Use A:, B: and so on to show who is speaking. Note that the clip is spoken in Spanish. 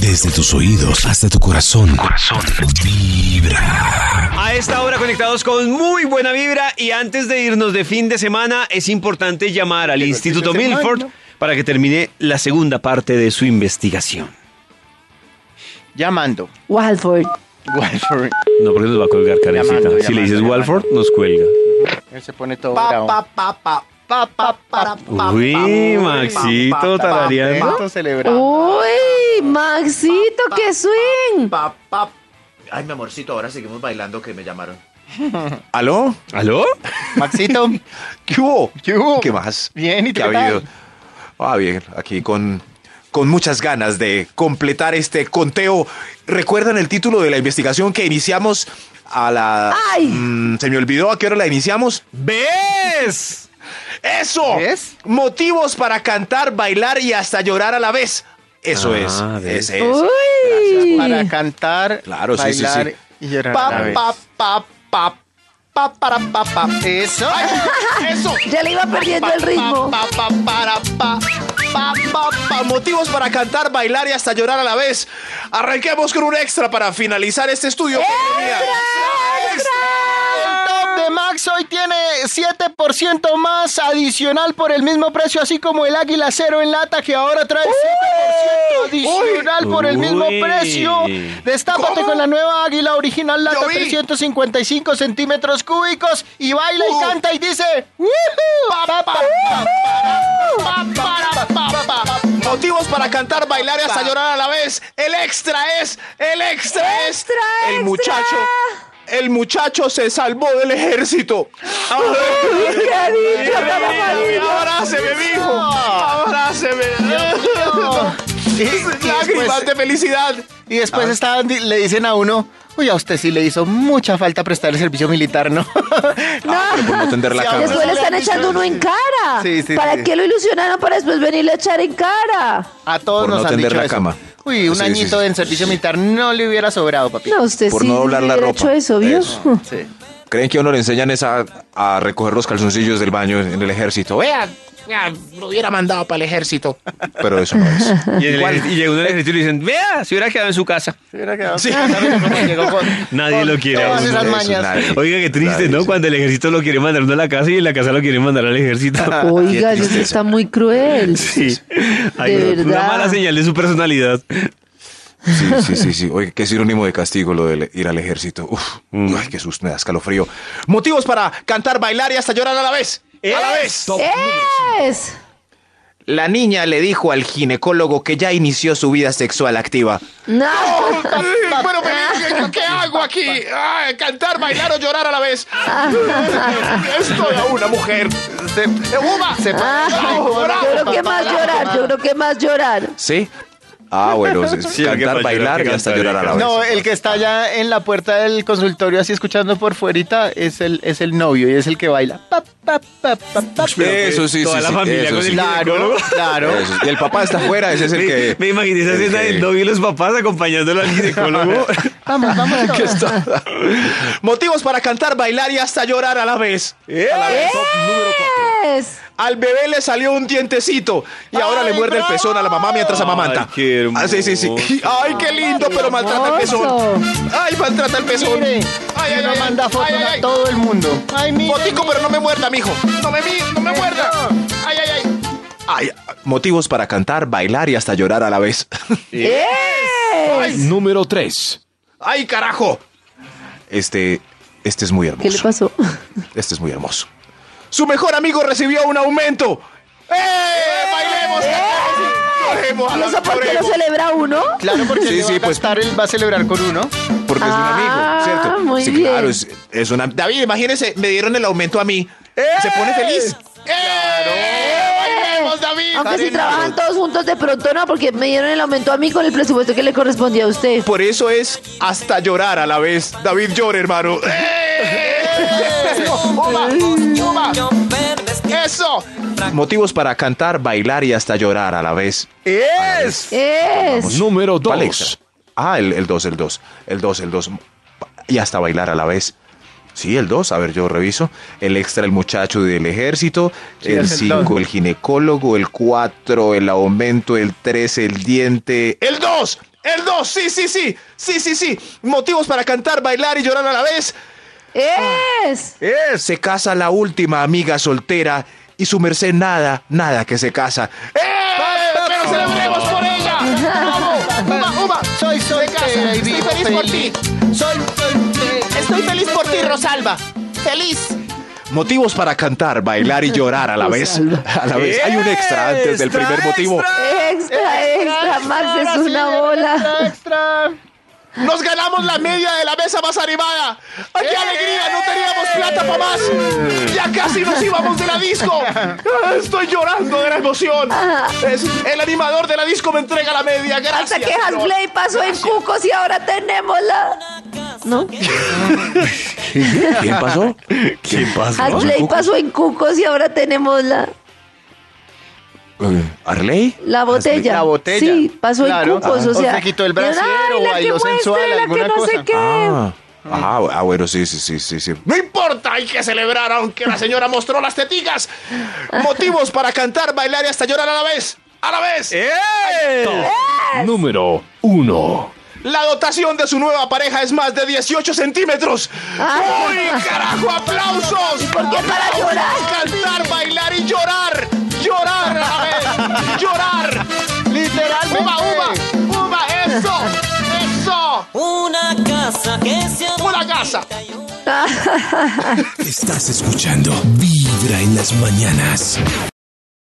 A: Desde tus oídos hasta tu corazón. Corazón. Vibra.
B: A esta hora conectados con muy buena vibra y antes de irnos de fin de semana es importante llamar al Instituto
C: fin de semana.
B: Milford para que termine la segunda parte de su investigación.
C: Llamando.
D: Walford.
C: Walford.
B: No, porque nos va a colgar, Karencita.
C: Llamando,
B: si le dices
C: llamando,
B: Walford, nos cuelga.
C: Él se pone todo
D: Pa,
C: bravo.
D: pa, pa, pa, pa, pa, para, pa,
B: Uy,
D: pa, uy,
B: Maxito,
D: pa, pa, pa,
B: tarareando.
C: Esto
E: Uh.
C: celebrando.
D: Uy, Maxito, qué swing.
F: Pa, pa. Ay, mi amorcito, ahora seguimos bailando que me llamaron.
E: ¿Aló?
B: ¿Aló?
C: Maxito,
E: ¿Qué hubo?
C: ¿qué hubo?
E: ¿Qué más?
C: Bien, ¿y tú
E: ¿Qué ha
C: qué tal?
E: habido? Ah, bien, aquí con, con muchas ganas de completar este conteo. ¿Recuerdan el título de la investigación que iniciamos a la...
D: ¡Ay!
E: Mm, se me olvidó a qué hora la iniciamos.
B: ¡Ves!
E: ¡Eso!
C: ¿Ves?
E: Motivos para cantar, bailar y hasta llorar a la vez. Eso
B: Ah,
E: es.
B: ves.
E: Ese es.
D: Uy.
C: Para cantar,
E: Claro, sí, sí,
C: bailar
E: sí.
C: y llorar. a la
F: Pa,
C: vez.
F: pa, pa, pa. Pa, para, pa, pa.
C: Eso.
E: Eso.
D: Ya le iba perdiendo el ritmo.
E: Pa, pa, para, pa, pa, pa, pa. Motivos para cantar, bailar y hasta llorar a la vez. Arranquemos con un extra para finalizar este estudio.
C: El top de Max hoy tiene 7% más adicional por el mismo precio, así como el Águila Cero en lata que ahora trae 7% adicional por el mismo
B: Uy.
C: precio. Destápate
E: ¿Cómo?
C: con la nueva Águila original lata
E: Yo vi.
C: 355 centímetros cúbicos y baila y
E: Uh.
C: canta y dice... "Woohoo, pa, pa, pa, pa, pa, pa, pa".
E: Motivos para cantar, bailar y hasta llorar a la vez. El extra es, el extra, es.
D: Extra,
E: El
D: extra.
E: muchacho, el muchacho se salvó del ejército.
D: ¡Qué dicho, tan amarillo!
E: Abráceme, mijo. Abráceme.
C: Y- y después-
E: Lágrimas de felicidad.
C: Y después estaban, di- le dicen a uno, uy, a usted sí le hizo mucha falta prestar el servicio militar, ¿no?
E: por no tender la
C: Sí,
E: cama.
C: ahora-
D: Después le están echando uno en cara.
C: Sí, sí,
D: ¿Para
C: sí.
D: qué lo ilusionaron para después venirle a echar en cara?
C: A todos
E: Por
C: nos
E: no
C: han
E: tender
C: dicho
E: la
C: eso.
E: cama.
C: Uy, un
E: Sí, sí,
C: añito
E: sí.
C: en servicio militar no le hubiera sobrado, papi.
D: No, usted
E: Por
D: sí
E: no doblar la
D: hubiera
E: ropa.
D: hecho eso, ¿vio?
C: Sí.
E: ¿Creen que a uno le enseñan esa a recoger los calzoncillos del baño en el ejército? ¡Eh!
F: Vea, vea, lo hubiera mandado para el ejército.
E: Pero eso no es.
B: Y, el- y llega uno al ejército y le dicen, vea, se hubiera quedado en su casa.
C: Se hubiera quedado-
E: Sí.
C: ¿Sabe cómo llegó con-
B: Nadie
C: con
B: lo quiere a
C: Todas
B: uno.
C: esas
E: Eso,
C: mañas.
E: nadie.
B: Oiga, qué triste,
E: Nadie,
B: ¿no?
E: sí.
B: Cuando el ejército lo quiere mandar uno a la casa y en la casa lo quieren mandar al ejército.
D: Oiga, eso
E: Ah, tristeza.
D: está muy cruel.
B: Sí. Ay,
D: De
B: no, una
D: verdad.
B: mala señal de su personalidad.
E: Sí, sí, sí, sí. Oye, qué sinónimo de castigo lo de le- ir al ejército. Uf, ay, qué susto, me da escalofrío. Motivos para cantar, bailar y hasta llorar a la vez. A la vez.
D: Es.
E: La niña le dijo al ginecólogo que ya inició su vida sexual activa.
D: No.
E: Bueno, pero ¿qué- ¿qué hago aquí? Ay, cantar, bailar o llorar a la vez. Estoy a una mujer.
C: Se- se-
D: Ah, yo creo que más llorar, yo creo que más llorar.
E: ¿Sí? Ah, bueno, es- es
B: Sí, el que para
E: cantar,
B: llorar,
E: bailar
B: que
E: y hasta
B: cantar,
E: llorar a la vez.
C: No, el que está allá en la puerta del consultorio así escuchando por fuerita es el, es el novio y es el que baila. Pa, pa, pa, pa, pa.
E: Eso
B: pues,
E: sí,
B: Toda
E: sí,
B: la
E: sí,
B: familia
E: eso
B: con
E: sí.
B: el
C: Claro,
B: ginecólogo.
C: claro.
E: Eso sí. Y el papá está afuera, ese es el
B: me,
E: que.
B: me imaginé esa
E: el
B: escena
E: que-
B: del novio y los papás acompañándolo al ginecólogo.
C: Vamos, vamos.
E: que está- Motivos para cantar, bailar y hasta llorar a la vez.
B: ¿Eh?
D: Es.
E: Al bebé le salió un dientecito y ahora le muerde el pezón a la mamá mientras amamanta.
B: Ay, qué hermoso.
E: Ah, sí, sí, sí. Ay, qué lindo, pero maltrata el pezón. Ay, maltrata el pezón.
C: Mire,
E: Ay, ay,
C: uno
E: ay,
C: manda
E: ay,
C: fotos
E: ay, ay.
C: a todo el mundo. Ay, mire,
E: Botico, pero no me muerda, mijo. No me, mi- no me muerda. Ay, ay, ay. Ay, motivos para cantar, bailar y hasta llorar a la vez.
D: Es.
A: Número 3.
E: ¡Ay, carajo! Este, este es muy hermoso.
D: ¿Qué le pasó?
E: Este es muy hermoso. Su mejor amigo recibió un aumento. ¡Eh! ¡Bailemos! cantemos, lloremos,
D: ¿Y eso por qué lo
E: lloremos!
D: celebra uno?
C: Claro, porque
E: Sí,
C: sí,
E: sí,
C: sí,
E: pues-
C: él va a celebrar con uno.
E: Porque es un
D: Ah,
E: amigo, ¿cierto?
D: muy
E: sí,
D: bien.
E: claro, es, es una... David, imagínese, me dieron el aumento a mí. ¿Se pone feliz?
D: Eh, Aunque si trabajan todos juntos de pronto no, porque me dieron el aumento a mí con el presupuesto que le correspondía a usted.
C: Pues,
E: Por eso es hasta llorar a la vez. David llora, hermano. ¡Eso! Motivos para cantar, bailar y hasta llorar a la vez.
B: ¡Es!
D: Es.
A: Número
E: ¿Cuál extra?
A: 2.
E: Ah, el 2, el 2. El 2, el 2. Y hasta bailar a la vez. Sí, el 2, a ver, yo reviso. El extra, el muchacho del ejército.
C: Sí,
E: el
C: es el
E: 5,
C: dos.
E: el ginecólogo. El 4, el aumento. El 3, el diente. ¡El 2! ¡El 2! Sí, sí, sí. Sí, sí, sí. Motivos para cantar, bailar y llorar a la vez. Eh,
D: ¡Es!
E: Se casa la última amiga soltera y su merced nada, nada que se casa. ¡Eh! ¡Pero celebremos por ella!
C: Uma, Uma, soy soltera y vivo
G: Estoy feliz por ti. Soy, soy- estoy feliz por ti, Rosalba. Feliz.
E: Motivos para cantar, bailar y llorar a la vez. A la vez. Hay un extra antes del primer motivo.
D: ¡Extra, extra! Max es
C: Ahora sí,
D: una bola.
C: extra, extra.
E: Nos ganamos la media de la mesa más animada. ¡Ay, ¡Qué alegría! No teníamos plata para más. Ya casi nos íbamos de la disco. Estoy llorando de la emoción. Es- el animador de la disco me entrega la media. Gracias.
D: Hasta que
E: señor.
D: Hasblay pasó en Cucos y ahora tenemos la. ¿No?
A: ¿Quién pasó? ¿Quién pasó?
D: Hasblay pasó en Cucos y ahora tenemos la,
E: ¿Arley?
D: la botella.
C: La botella.
D: Sí, pasó
C: Claro.
D: en Cucos,
C: Ah,
D: o sea.
C: se quitó el
D: dijeron,
C: brasier
D: "Ay,
C: o
D: la que
C: bailó
D: muestra,
C: sensual,
D: la que
C: alguna
D: no sé
C: cosa".
D: qué.
E: Ah, ah, ah, bueno, sí, sí, sí, sí, sí. No importa, hay que celebrar, aunque la señora mostró las teticas. Motivos para cantar, bailar y hasta llorar a la vez. A la vez.
A: Número 1.
E: La dotación de su nueva pareja es más de 18 centímetros. ¡Uy, carajo! ¡Aplausos!
D: ¿Por qué para llorar?
E: Cantar, bailar y llorar. Llorar a la vez. Llorar.
C: Literalmente.
E: ¡Uba, uba! ¡Uba! ¡Eso! ¡Eso!
H: Una casa que se
E: ¡Una casa!
D: Ah.
A: Estás escuchando Vibra en las mañanas.